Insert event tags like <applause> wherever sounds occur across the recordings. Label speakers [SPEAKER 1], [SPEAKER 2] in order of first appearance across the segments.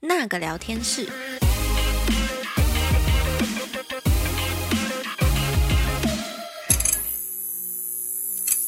[SPEAKER 1] 那个聊天室。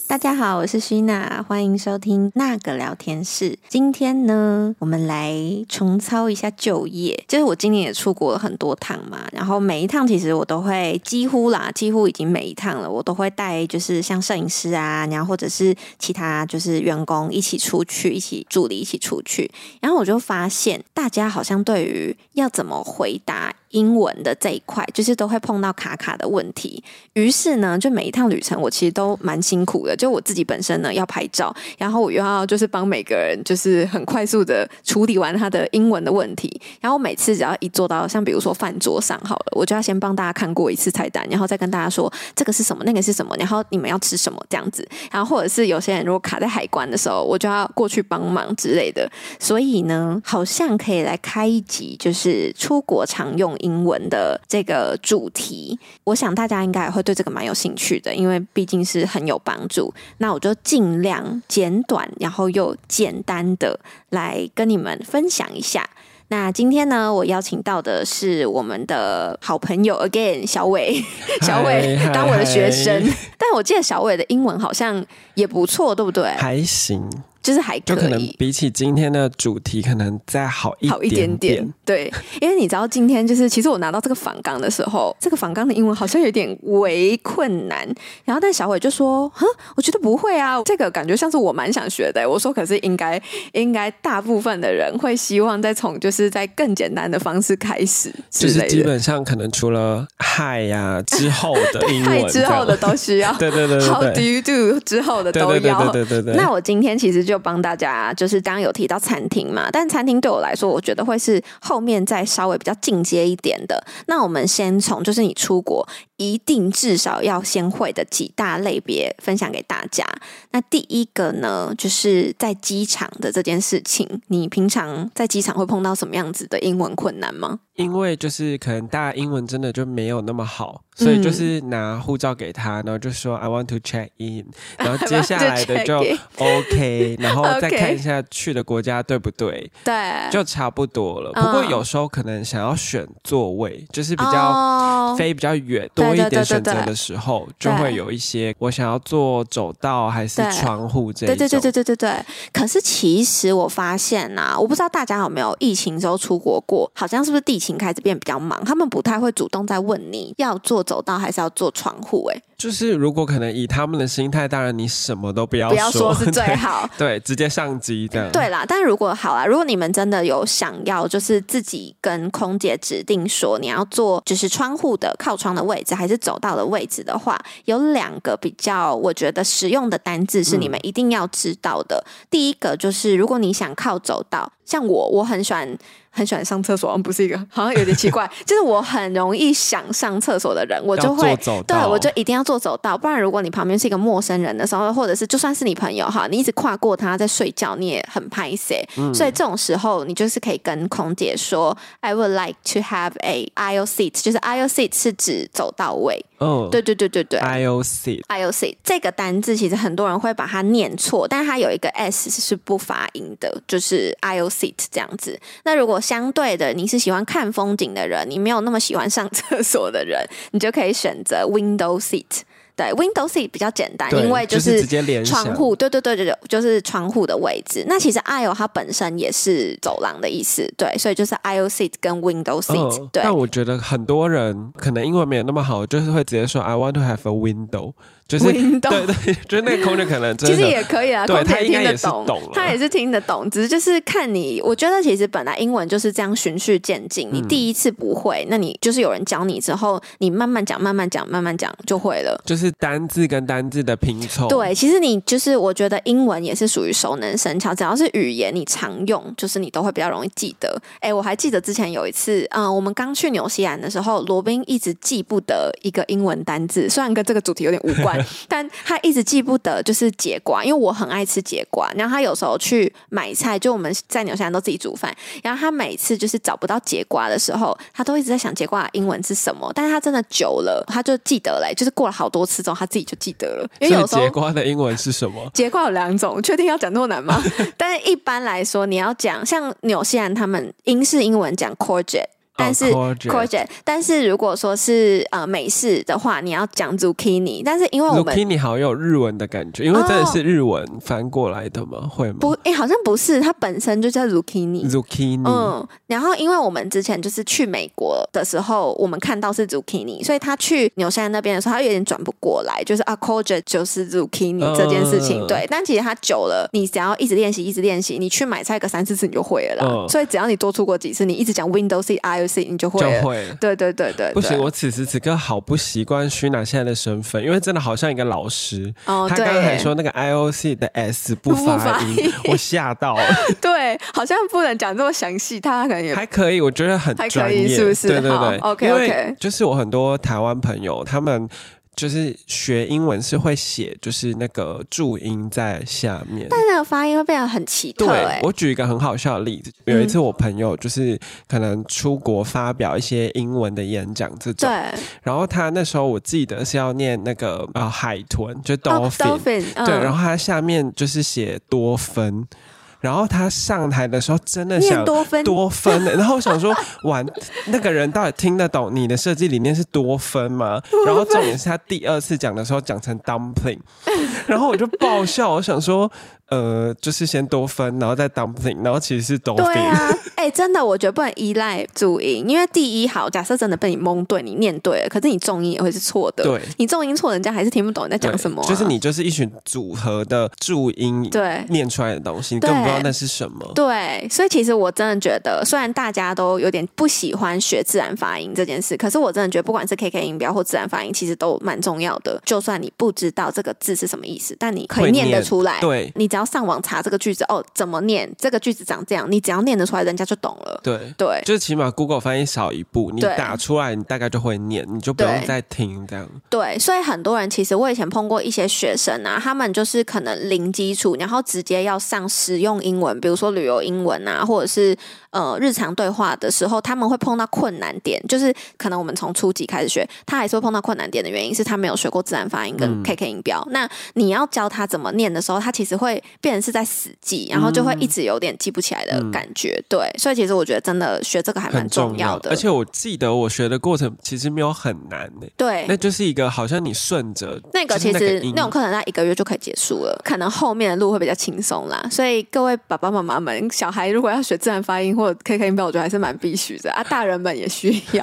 [SPEAKER 1] 大家好，我是徐娜，欢迎收听那个聊天室。今天呢，我们来重操一下旧业，就是我今年也出国了很多趟嘛，然后每一趟其实我都会几乎啦，几乎已经每一趟了，我都会带就是像摄影师啊，然后或者是其他就是员工一起出去，一起助理一起出去，然后我就发现大家好像对于要怎么回答英文的这一块，就是都会碰到卡卡的问题。于是呢，就每一趟旅程我其实都蛮辛苦的，就我自己本身呢要拍照，然后我又要就是帮每个人就是很快速的处理完他的英文的问题，然后每次只要一坐到像比如说饭桌上好了，我就要先帮大家看过一次菜单，然后再跟大家说这个是什么，那个是什么，然后你们要吃什么这样子，然后或者是有些人如果卡在海关的时候，我就要过去帮忙之类的，所以呢，好像可以来开一集就是出国常用英文的这个主题，我想大家应该也会对这个蛮有兴趣的，因为毕竟是很有帮助。那我就尽量简短，然后又简单的来跟你们分享一下。那今天呢，我邀请到的是我们的好朋友 again 小伟，小伟
[SPEAKER 2] 嗨
[SPEAKER 1] 当我的学生
[SPEAKER 2] 嗨，
[SPEAKER 1] 但我记得小伟的英文好像也不错，对不对？
[SPEAKER 2] 还行，
[SPEAKER 1] 就是还
[SPEAKER 2] 就可
[SPEAKER 1] 可
[SPEAKER 2] 能
[SPEAKER 1] 以。
[SPEAKER 2] 比起今天的主题，可能再好一
[SPEAKER 1] 好一点点，
[SPEAKER 2] 点。
[SPEAKER 1] 对，因为你知道今天就是，其实我拿到这个仿纲的时候，这个仿纲的英文好像有点微困难。然后但小伟就说：“哼，我觉得不会啊，这个感觉像是我蛮想学的。”我说：“可是应该应该大部分的人会希望再从就是在更简单的方式开始之
[SPEAKER 2] 就是
[SPEAKER 1] 类
[SPEAKER 2] 基
[SPEAKER 1] 的，
[SPEAKER 2] 本上可能除了嗨呀、之后
[SPEAKER 1] <laughs>
[SPEAKER 2] 的英
[SPEAKER 1] 太
[SPEAKER 2] 文
[SPEAKER 1] 之后的
[SPEAKER 2] 这样。”
[SPEAKER 1] 都需要
[SPEAKER 2] 对对对
[SPEAKER 1] How
[SPEAKER 2] 对
[SPEAKER 1] do
[SPEAKER 2] 对。
[SPEAKER 1] you do 之后的
[SPEAKER 2] 对
[SPEAKER 1] 都
[SPEAKER 2] 对对
[SPEAKER 1] 要，
[SPEAKER 2] 对对对对，
[SPEAKER 1] 那我今天其实就帮大家，就是刚刚有提到餐厅嘛，但餐厅对我来说，我觉得会是后面再稍微比较进阶一点的。那我们先从就是你出国一定至少要先会的几大类别分享给大家。那第一个呢，就是在机场的这件事情，你平常在机场会碰到什么样子的英文困难吗？
[SPEAKER 2] 因为就是可能大家英文真的就没有那么好，所以就是拿护照给他，然后就说 I want to check in，然后接下来
[SPEAKER 1] <laughs>
[SPEAKER 2] 的就
[SPEAKER 1] check in
[SPEAKER 2] OK，然后
[SPEAKER 1] <laughs>
[SPEAKER 2] 再
[SPEAKER 1] OK
[SPEAKER 2] 看一下去的国家对不对，
[SPEAKER 1] 对，
[SPEAKER 2] 就差不多了。不过
[SPEAKER 1] 嗯
[SPEAKER 2] 有时候可能想要选座位，就是比较
[SPEAKER 1] 较
[SPEAKER 2] 飞比较远
[SPEAKER 1] 哦对
[SPEAKER 2] 多一
[SPEAKER 1] 对对
[SPEAKER 2] 点选
[SPEAKER 1] 对
[SPEAKER 2] 择
[SPEAKER 1] 对
[SPEAKER 2] 的时候，就会有一些我想要坐走道还是
[SPEAKER 1] 对
[SPEAKER 2] 窗户这一
[SPEAKER 1] 对对
[SPEAKER 2] 种。
[SPEAKER 1] 对对对对对。可是其实我发现呐、我不知道大家有没有疫情之后出国过，好像是不是地勤开始变比较忙，他们不太会主动再问你要坐走道还是要坐窗户、欸，
[SPEAKER 2] 就是如果可能以他们的心态，当然你什么都不要
[SPEAKER 1] 不要
[SPEAKER 2] <laughs>
[SPEAKER 1] 说
[SPEAKER 2] 说
[SPEAKER 1] 是最
[SPEAKER 2] 对
[SPEAKER 1] 好。
[SPEAKER 2] 对，直接上机这样。
[SPEAKER 1] 对啦，但如果好啊，如果你们真的有想要，就是自己跟空姐指定说你要坐就是窗户的靠窗的位置，还是走道的位置的话，有两个比较我觉得实用的单字是你们一定要知道的。第一个就是如果你想靠走道，像我，我很喜欢。很喜欢上厕所，好像不是一个，好像有点奇怪。就是我很容易想上厕所的人，我
[SPEAKER 2] 要
[SPEAKER 1] 就会
[SPEAKER 2] 坐走
[SPEAKER 1] 对，
[SPEAKER 2] 道，
[SPEAKER 1] 我就一定要做走道，不然如果你旁边是一个陌生人的时候，或者是就算是你朋友哈，你一直跨过他在睡觉，你也很拍谁、所以这种时候，你就是可以跟空姐说，I would like to have a aisle seat，就是 aisle seat 是指走到位。
[SPEAKER 2] 嗯，
[SPEAKER 1] 对对对对对。
[SPEAKER 2] i o c
[SPEAKER 1] I O C 这个单字，其实很多人会把它念错，但它有一个 S 是不发音的，就是 I O C 这样子。那如果相对的，你是喜欢看风景的人，你没有那么喜欢上厕所的人，你就可以选择 window seat。对，window seat 比较简单，
[SPEAKER 2] 对
[SPEAKER 1] 因为
[SPEAKER 2] 就是直接联想
[SPEAKER 1] 窗户，对对对对对，就是窗户的位置。那其实 aisle 它本身也是走廊的意思，对，所以就是 aisle seat 跟 window seat、
[SPEAKER 2] 嗯，
[SPEAKER 1] 对，
[SPEAKER 2] 但我觉得很多人可能英文没有那么好，就是会直接说 I want to have a window，就是
[SPEAKER 1] Window
[SPEAKER 2] 对对， <laughs> 就是那个空间可能真
[SPEAKER 1] 其
[SPEAKER 2] 的
[SPEAKER 1] 实也可以啊，
[SPEAKER 2] 对
[SPEAKER 1] 空姐
[SPEAKER 2] 他应
[SPEAKER 1] 听
[SPEAKER 2] 该
[SPEAKER 1] 得
[SPEAKER 2] 也是
[SPEAKER 1] 懂，
[SPEAKER 2] 懂了
[SPEAKER 1] 他也是听得懂，只是就是看你。我觉得其实本来英文就是这样循序渐进，
[SPEAKER 2] 嗯
[SPEAKER 1] 你第一次不会，那你就是有人教你之后，你慢慢讲，慢慢讲，慢慢讲就会了。
[SPEAKER 2] 就是单字跟单字的拼凑，
[SPEAKER 1] 对，其实你就是，我觉得英文也是属于熟能生巧，只要是语言你常用，就是你都会比较容易记得。哎，我还记得之前有一次，嗯，我们刚去纽西兰的时候，罗宾一直记不得一个英文单字，虽然跟这个主题有点无关，
[SPEAKER 2] <laughs>
[SPEAKER 1] 怪，但他一直记不得就是节瓜，因为我很爱吃节瓜。然后他有时候去买菜，就我们在纽西兰都自己煮饭，然后他每次就是找不到节瓜的时候，他都一直在想节瓜的英文是什么。但是他真的久了，他就记得了、就是过了好多次之后，他自己就记得了。因为
[SPEAKER 2] 所以
[SPEAKER 1] 有时候
[SPEAKER 2] 节瓜的英文是什么？
[SPEAKER 1] 节瓜有两种，确定要讲这么难
[SPEAKER 2] <laughs>
[SPEAKER 1] 吗？但是一般来说，你要讲像纽西兰他们英式英文讲 courgette，但是、
[SPEAKER 2] 哦 courgette
[SPEAKER 1] courgette，但是如果说是呃美式的话，你要讲 zucchini，但是因为我们
[SPEAKER 2] zucchini 好有日文的感觉，因为
[SPEAKER 1] 哦
[SPEAKER 2] 真的是日文翻过来的吗？会吗
[SPEAKER 1] 不，哎、好像不是，它本身就叫 zucchini。
[SPEAKER 2] ？zucchini，
[SPEAKER 1] 嗯，然后因为我们之前就是去美国的时候，我们看到是 zucchini，所以他去纽西兰那边的时候，他有点转不过来，就是啊 c o g e 就是 zucchini 这件事情。
[SPEAKER 2] 嗯
[SPEAKER 1] 对，但其实他久了，你只要一直练习，一直练习，你去买菜个三四次你就会了啦。
[SPEAKER 2] 嗯
[SPEAKER 1] 所以只要你多出过几次，你一直讲 Windows C I O C，你就会
[SPEAKER 2] 就
[SPEAKER 1] 了。
[SPEAKER 2] 会。
[SPEAKER 1] <laughs> 对对对对对，
[SPEAKER 2] 不行，我此时此刻好不习惯虚娜现在的身份，因为真的好像一个老师。
[SPEAKER 1] 哦，
[SPEAKER 2] 他
[SPEAKER 1] 对
[SPEAKER 2] 刚刚还说那个 IOC 的 S 不发音，
[SPEAKER 1] 不
[SPEAKER 2] 我吓到了。
[SPEAKER 1] <laughs> 对，好像不能讲这么详细，他可能也
[SPEAKER 2] 还可以，我觉得很
[SPEAKER 1] 还可以
[SPEAKER 2] 专业，
[SPEAKER 1] 是不是
[SPEAKER 2] 对对
[SPEAKER 1] 好
[SPEAKER 2] 对
[SPEAKER 1] OK，
[SPEAKER 2] 因为
[SPEAKER 1] OK
[SPEAKER 2] 就是我很多台湾朋友，他们就是学英文是会写，就是那个注音在下面。
[SPEAKER 1] 但那个发音会变得很奇特、
[SPEAKER 2] 对
[SPEAKER 1] 哎，，
[SPEAKER 2] 我举一个很好笑的例子，有一次我朋友就是可能出国发表一些英文的演讲这种，
[SPEAKER 1] 对，
[SPEAKER 2] 然后他那时候我记得是要念那个呃海豚，就
[SPEAKER 1] 哦
[SPEAKER 2] dolphin，、
[SPEAKER 1] 嗯、
[SPEAKER 2] 对，然后他下面就是写多芬，然后他上台的时候真的想
[SPEAKER 1] 念多芬
[SPEAKER 2] 多芬欸的，然后我想说，完那个人到底听得懂你的设计理念是多芬吗？然后重点是他第二次讲的时候讲成 dumpling，然后我就爆笑，我想说，呃，就是先多芬，然后再 dumpling，然后其实是 d o l
[SPEAKER 1] 对
[SPEAKER 2] p h i n
[SPEAKER 1] 啊， <laughs> 哎、真的，我觉得不能依赖注音，因为第一，好，假设真的被你蒙对，你念对了，可是你重音也会是错的，
[SPEAKER 2] 对，
[SPEAKER 1] 你重音错，人家还是听不懂你在呃讲什么啊、
[SPEAKER 2] 就是你就是一群组合的注音
[SPEAKER 1] 对。
[SPEAKER 2] 念出来的东西，你根本不
[SPEAKER 1] 对
[SPEAKER 2] 知道那是什么。
[SPEAKER 1] 对，所以其实我真的觉得，虽然大家都有点不喜欢学自然发音这件事，可是我真的觉得，不管是 KK 音标或自然发音，其实都蛮重要的。就算你不知道这个字是什么意思，但你可
[SPEAKER 2] 会
[SPEAKER 1] 以念得
[SPEAKER 2] 念
[SPEAKER 1] 出来。
[SPEAKER 2] 对
[SPEAKER 1] 你只要上网查这个句子，哦，怎么念？这个句子长这样，你只要念得出来，人家就懂了。
[SPEAKER 2] 对。
[SPEAKER 1] 对，
[SPEAKER 2] 就是起码 Google 翻译少一步，你
[SPEAKER 1] 对
[SPEAKER 2] 打出来，你大概就会念，你就不用
[SPEAKER 1] 对
[SPEAKER 2] 再听这样。
[SPEAKER 1] 对，所以很多人其实我以前碰过一些学生啊，他们就是可能零基础，然后直接要上实用英文，比如说旅游英文啊，或者是呃日常对话的时候，他们会碰到困难点，就是可能我们从初级开始学，他还是会碰到困难点的原因是他没有学过自然发音
[SPEAKER 2] 嗯
[SPEAKER 1] 跟 KK 音标。那你要教他怎么念的时候，他其实会变成是在死记，然后就会
[SPEAKER 2] 嗯
[SPEAKER 1] 一直有点记不起来的感觉。对，所以其实我觉得真的学这个还蛮
[SPEAKER 2] 很重
[SPEAKER 1] 要的，
[SPEAKER 2] 而且我记得我学的过程其实没有很难呢、
[SPEAKER 1] 对，
[SPEAKER 2] 那就是一个好像你顺着
[SPEAKER 1] 那个
[SPEAKER 2] 就是
[SPEAKER 1] 其
[SPEAKER 2] 那
[SPEAKER 1] 实
[SPEAKER 2] 音
[SPEAKER 1] 那种课程在一个月就可以结束了，可能后面的路会比较轻松啦。所以各位爸爸妈妈们，小孩如果要学自然发音或 KK 音标，我觉得还是蛮必须
[SPEAKER 2] <laughs>
[SPEAKER 1] 的啊。大人们也需要，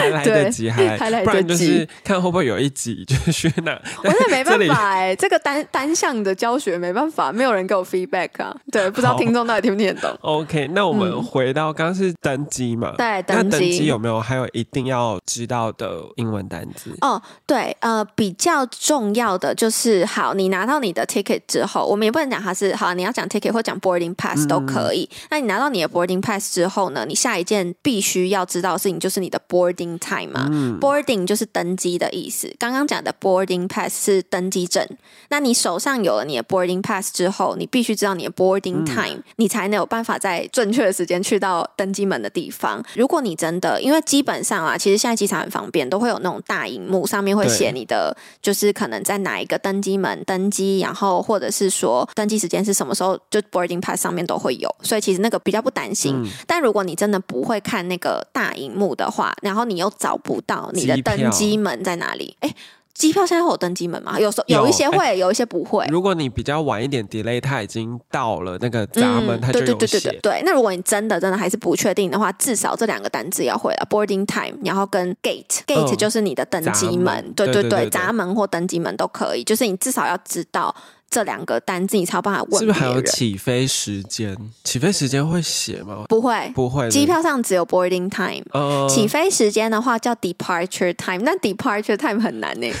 [SPEAKER 2] 还来
[SPEAKER 1] 对
[SPEAKER 2] 得及，还
[SPEAKER 1] <laughs>
[SPEAKER 2] 来
[SPEAKER 1] 还来得及
[SPEAKER 2] 不然就是看会不会有一集就是学哪
[SPEAKER 1] 我真的没办
[SPEAKER 2] 这里
[SPEAKER 1] 法哎、这个单单向的教学没办法，没有人给我 feedback 啊。对，不知道
[SPEAKER 2] 好
[SPEAKER 1] 听众到底听不听得懂。
[SPEAKER 2] <laughs> OK，那我
[SPEAKER 1] 嗯
[SPEAKER 2] 们回到刚刚是登机嘛？
[SPEAKER 1] 对，
[SPEAKER 2] 那
[SPEAKER 1] 登
[SPEAKER 2] 登机
[SPEAKER 1] 机
[SPEAKER 2] 有没有还有一定要知道的英文单词？
[SPEAKER 1] 哦，对，呃，比较重要的就是，好，你拿到你的 ticket 之后，我们也不能讲它是好，你要讲 ticket 或讲 boarding pass 都可以。那你拿到你的 boarding pass 之后呢，你下一件必须要知道的事情就是你的 boarding time 嘛、b o a r d i n g 就是登机的意思。刚刚讲的 boarding pass 是登机证。那你手上有了你的 boarding pass 之后，你必须知道你的 boarding
[SPEAKER 2] 嗯
[SPEAKER 1] time，、你才能有办法在正确的时间去到登机门的地方。如果你真的，因为基本上啊，其实现在机场很方便，都会有那种大荧幕，上面会写
[SPEAKER 2] 对
[SPEAKER 1] 你的，就是可能在哪一个登机门登机，然后或者是说登机时间是什么时候，就 boarding pass 上面都会有，所以其实那个比较不担心。
[SPEAKER 2] 嗯
[SPEAKER 1] 但如果你真的不会看那个大荧幕的话，然后你又找不到你的
[SPEAKER 2] 机票
[SPEAKER 1] 登机门在哪里，哎。机票现在会有登机门吗？有时候
[SPEAKER 2] 有
[SPEAKER 1] 有一些会，有一些不会。
[SPEAKER 2] 如果你比较晚一点 delay，它已经到了那个闸门，它就
[SPEAKER 1] 嗯对对
[SPEAKER 2] 有
[SPEAKER 1] 对对
[SPEAKER 2] 写
[SPEAKER 1] 对。对。那如果你真的真的还是不确定的话，至少这两个单字要会了，boarding time，然后跟 gate，gate、gate
[SPEAKER 2] 嗯
[SPEAKER 1] 就是你的登机门，
[SPEAKER 2] 闸门
[SPEAKER 1] 对
[SPEAKER 2] 对对
[SPEAKER 1] 对，
[SPEAKER 2] 对对
[SPEAKER 1] 闸门或登机门都可以，就是你至少要知道这两个单字，你才有办法问
[SPEAKER 2] 是
[SPEAKER 1] 别
[SPEAKER 2] 不是
[SPEAKER 1] 人。
[SPEAKER 2] 还有起飞时间？起飞时间会写吗？
[SPEAKER 1] 不会，
[SPEAKER 2] 不会的，
[SPEAKER 1] 机票上只有 boarding time。
[SPEAKER 2] 呃
[SPEAKER 1] 起飞时间的话叫 departure time，那 departure time 很难欸呢、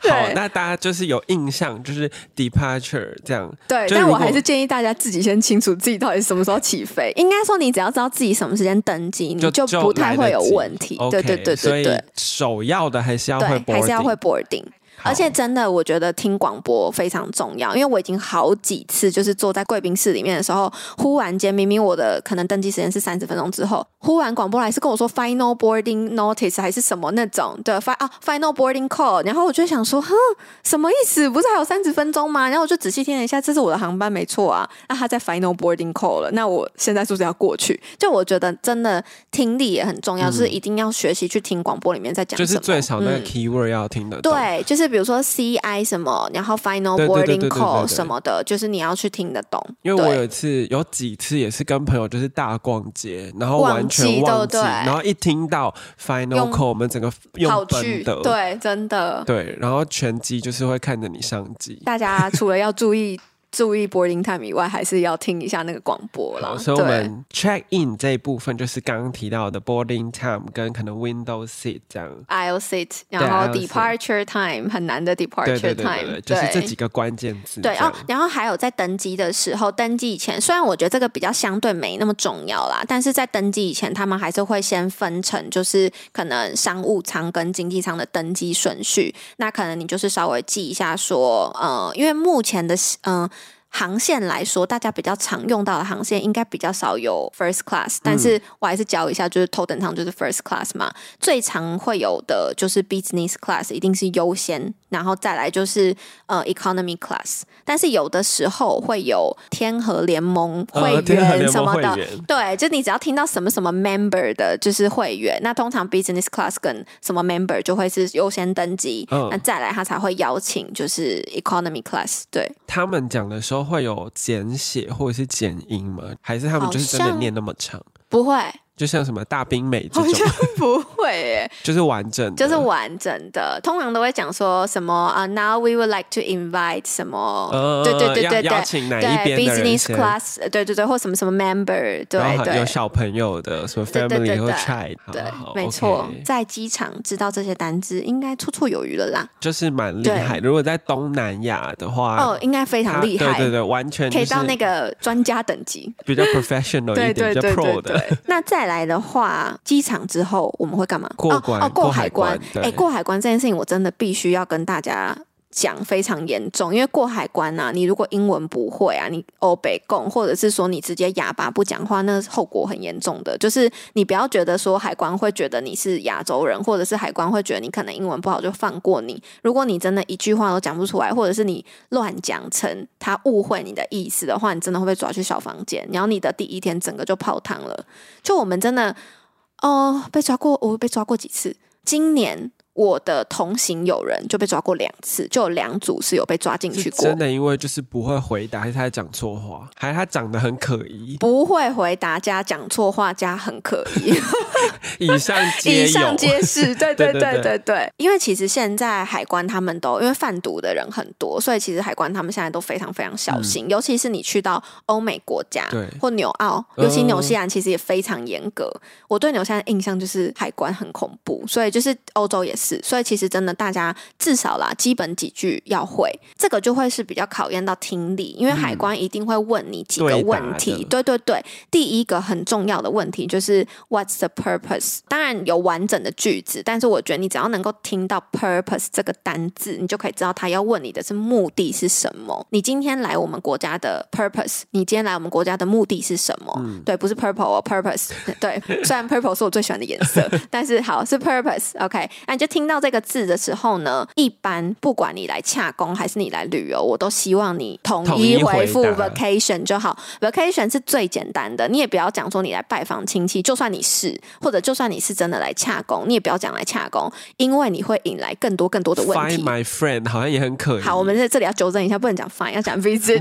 [SPEAKER 2] 好
[SPEAKER 1] 对，
[SPEAKER 2] 那大家就是有印象，就是 departure 这样。
[SPEAKER 1] 对，
[SPEAKER 2] 就
[SPEAKER 1] 但
[SPEAKER 2] 如
[SPEAKER 1] 我
[SPEAKER 2] 果
[SPEAKER 1] 还是建议大家自己先清楚自己到底什么时候起飞。应该说，你只要知道自己什么时间登机，你
[SPEAKER 2] 就
[SPEAKER 1] 就
[SPEAKER 2] 就
[SPEAKER 1] 不太
[SPEAKER 2] 来得
[SPEAKER 1] 会有
[SPEAKER 2] 及
[SPEAKER 1] 问题。
[SPEAKER 2] OK，
[SPEAKER 1] 对对对
[SPEAKER 2] 所
[SPEAKER 1] 对
[SPEAKER 2] 以
[SPEAKER 1] 对
[SPEAKER 2] 首要的还是要会
[SPEAKER 1] 对，还是要会
[SPEAKER 2] boarding
[SPEAKER 1] boarding。而且真的，我觉得听广播非常重要，因为我已经好几次就是坐在贵宾室里面的时候，忽然间明明我的可能登机时间是三十分钟之后，忽然广播来是跟我说 final boarding notice 还是什么那种的 fi 啊 final boarding call，然后我就想说，哼，什么意思？不是还有三十分钟吗？然后我就仔细听了一下，这是我的航班没错啊，那他在 final boarding call 了，那我现在是不是要过去？就我觉得真的听力也很重要，就是一定要学习去听广播里面在讲什
[SPEAKER 2] 嗯就
[SPEAKER 1] 么，
[SPEAKER 2] 是最少那个
[SPEAKER 1] 嗯
[SPEAKER 2] keyword 要听得懂。
[SPEAKER 1] 对，就是比如说 CI 什么，然后 final
[SPEAKER 2] 对对对对
[SPEAKER 1] boarding
[SPEAKER 2] 对对
[SPEAKER 1] call
[SPEAKER 2] 对
[SPEAKER 1] 什么的，就是你要去听得懂。
[SPEAKER 2] 因为我
[SPEAKER 1] 对
[SPEAKER 2] 有一次有几次也是跟朋友就是大逛街，然后
[SPEAKER 1] 忘
[SPEAKER 2] 完全
[SPEAKER 1] 记
[SPEAKER 2] 忘
[SPEAKER 1] 对对
[SPEAKER 2] 记，然后一听到 final
[SPEAKER 1] 用
[SPEAKER 2] call，我们整个
[SPEAKER 1] 跑
[SPEAKER 2] 用
[SPEAKER 1] 去
[SPEAKER 2] 奔的，
[SPEAKER 1] 对，真的，
[SPEAKER 2] 对然后拳击就是会看着你上机。
[SPEAKER 1] 大家除了要注意注意 boarding time 以外，还是要听一下那个广播啦
[SPEAKER 2] 好，。所以我
[SPEAKER 1] 对，
[SPEAKER 2] 们 check in 这一部分就是刚刚提到的 boarding time 跟可能 window seat 这样。
[SPEAKER 1] I'll sit，然
[SPEAKER 2] 对
[SPEAKER 1] 后
[SPEAKER 2] I'll sit
[SPEAKER 1] departure time 很难的
[SPEAKER 2] 对
[SPEAKER 1] departure
[SPEAKER 2] 对对对
[SPEAKER 1] time，
[SPEAKER 2] 对，就是这
[SPEAKER 1] 对
[SPEAKER 2] 几个关键字这
[SPEAKER 1] 对
[SPEAKER 2] 样。
[SPEAKER 1] 哦，然后还有在登机的时候，登机以前，虽然我觉得这个比较相对没那么重要啦，但是在登机以前，他们还是会先分成，就是可能商务舱跟经济舱的登机顺序。那可能你就是稍微记一下说，呃，因为目前的嗯。呃航线来说，大家比较常用到的航线应该比较少有 first class，但
[SPEAKER 2] 嗯
[SPEAKER 1] 是我还是教一下，就是头等舱就是 first class 嘛，最常会有的就是 business class 一定是优先，然后再来就是呃 economy class，但是有的时候会有天河联盟会
[SPEAKER 2] 呃天河联
[SPEAKER 1] 员
[SPEAKER 2] 盟
[SPEAKER 1] 什么的，
[SPEAKER 2] 会员
[SPEAKER 1] 对，就你只要听到什么什么 member 的，就是会员，那通常 business class 跟什么 member 就会是优先登机，
[SPEAKER 2] 嗯
[SPEAKER 1] 那再来他才会邀请就是 economy class，对，
[SPEAKER 2] 他们讲的时候会有简写或者是简音吗？还是他们就是真
[SPEAKER 1] 好
[SPEAKER 2] 的
[SPEAKER 1] 像
[SPEAKER 2] 念那么长？
[SPEAKER 1] 不会，
[SPEAKER 2] 就像什么大冰美这
[SPEAKER 1] 好
[SPEAKER 2] 种，
[SPEAKER 1] 像不会耶，
[SPEAKER 2] <laughs> 就是完整的，
[SPEAKER 1] 就是完整的，通常都会讲说什么啊、n o w we would like to invite 什么，
[SPEAKER 2] 呃，
[SPEAKER 1] 对对对
[SPEAKER 2] 要
[SPEAKER 1] 对
[SPEAKER 2] 邀
[SPEAKER 1] 对。
[SPEAKER 2] 请哪一
[SPEAKER 1] 对
[SPEAKER 2] 边的人
[SPEAKER 1] ，business
[SPEAKER 2] 先
[SPEAKER 1] class，呃对对对，或什么什么 member，对
[SPEAKER 2] 然后还有
[SPEAKER 1] 对
[SPEAKER 2] 小朋友的什么
[SPEAKER 1] 对对对
[SPEAKER 2] family
[SPEAKER 1] 对
[SPEAKER 2] 或 child，
[SPEAKER 1] 对
[SPEAKER 2] 好好，
[SPEAKER 1] 没
[SPEAKER 2] OK
[SPEAKER 1] 错，在机场知道这些单字，应该绰绰有余了啦。
[SPEAKER 2] 就是蛮厉害。如果在东南亚的话，
[SPEAKER 1] 哦，应该非
[SPEAKER 2] 哎他
[SPEAKER 1] 常厉害，
[SPEAKER 2] 对对对，完全
[SPEAKER 1] 可
[SPEAKER 2] 就
[SPEAKER 1] 以
[SPEAKER 2] 是
[SPEAKER 1] 到那个专家等级。
[SPEAKER 2] 比较 professional 一
[SPEAKER 1] 对
[SPEAKER 2] 点，
[SPEAKER 1] 对
[SPEAKER 2] 比较
[SPEAKER 1] 对
[SPEAKER 2] pro
[SPEAKER 1] 对
[SPEAKER 2] 的。
[SPEAKER 1] 对。那再来的话，机场之后我们会干嘛？
[SPEAKER 2] 过
[SPEAKER 1] 哦
[SPEAKER 2] 关
[SPEAKER 1] 哦，
[SPEAKER 2] 过
[SPEAKER 1] 过
[SPEAKER 2] 海
[SPEAKER 1] 海关
[SPEAKER 2] 关。对
[SPEAKER 1] 哎、过海关这件事情，我真的必须要跟大家。讲非常严重，因为过海关啊，你如果英文不会啊，你欧北共，或者是说你直接哑巴不讲话，那后果很严重的。就是你不要觉得说海关会觉得你是亚洲人，或者是海关会觉得你可能英文不好就放过你。如果你真的一句话都讲不出来，或者是你乱讲成他误会你的意思的话，你真的会被抓去小房间，然后你的第一天整个就泡汤了。就我们真的哦，被抓过，我被抓过几次。今年我的同行友人就被抓过两次，就有两组是有被抓进去
[SPEAKER 2] 是
[SPEAKER 1] 过
[SPEAKER 2] 真，的，因为就是不会回答，还是他讲错话，还是他长得很可疑。
[SPEAKER 1] 不会回答加讲错话加很可疑。
[SPEAKER 2] 以上
[SPEAKER 1] 以
[SPEAKER 2] 皆有
[SPEAKER 1] 上，皆
[SPEAKER 2] <laughs>
[SPEAKER 1] 是，对
[SPEAKER 2] 对
[SPEAKER 1] 对
[SPEAKER 2] 对
[SPEAKER 1] 对
[SPEAKER 2] 对
[SPEAKER 1] 对对因为其实现在海关他们都因为贩毒的人很多，所以其实海关他们现在都非常非常小心，尤其是你去到欧美国家
[SPEAKER 2] 嗯对
[SPEAKER 1] 或纽澳，尤其纽西兰其实也非常严格。我对纽西兰的印象就是海关很恐怖，所以就是欧洲也是，所以其实真的大家至少啦，基本几句要会，这个就会是比较考验到听力，因为海关一定会问你几个
[SPEAKER 2] 嗯对答
[SPEAKER 1] 问题，对对对，第一个很重要的问题就是 What's the purpose？当然有完整的句子，但是我觉得你只要能够听到 purpose 这个单字，你就可以知道他要问你的是目的是什么。你今天来我们国家的 purpose，你今天来我们国家的目的是什么？对，不是 purple 哦，purpose。对， <laughs> 虽然 purple 是我最喜欢的颜色，但是好是 purpose。OK，那你就听到这个字的时候呢，一般不管你来洽工还是你来旅游，我都希望你统
[SPEAKER 2] 统一
[SPEAKER 1] 一
[SPEAKER 2] 回
[SPEAKER 1] 回复
[SPEAKER 2] 答
[SPEAKER 1] vac。vacation 就好，vacation 是最简单的，你也不要讲说你来拜访亲戚，就算你是，或者就算你是真的来洽工，你也不要讲来洽工，因为你会引来更多更多的问
[SPEAKER 2] Find
[SPEAKER 1] 题。
[SPEAKER 2] my friend 好像也很可疑。 <laughs>
[SPEAKER 1] 好，我们在这里要纠正一下，不能讲 fine，要讲 visit。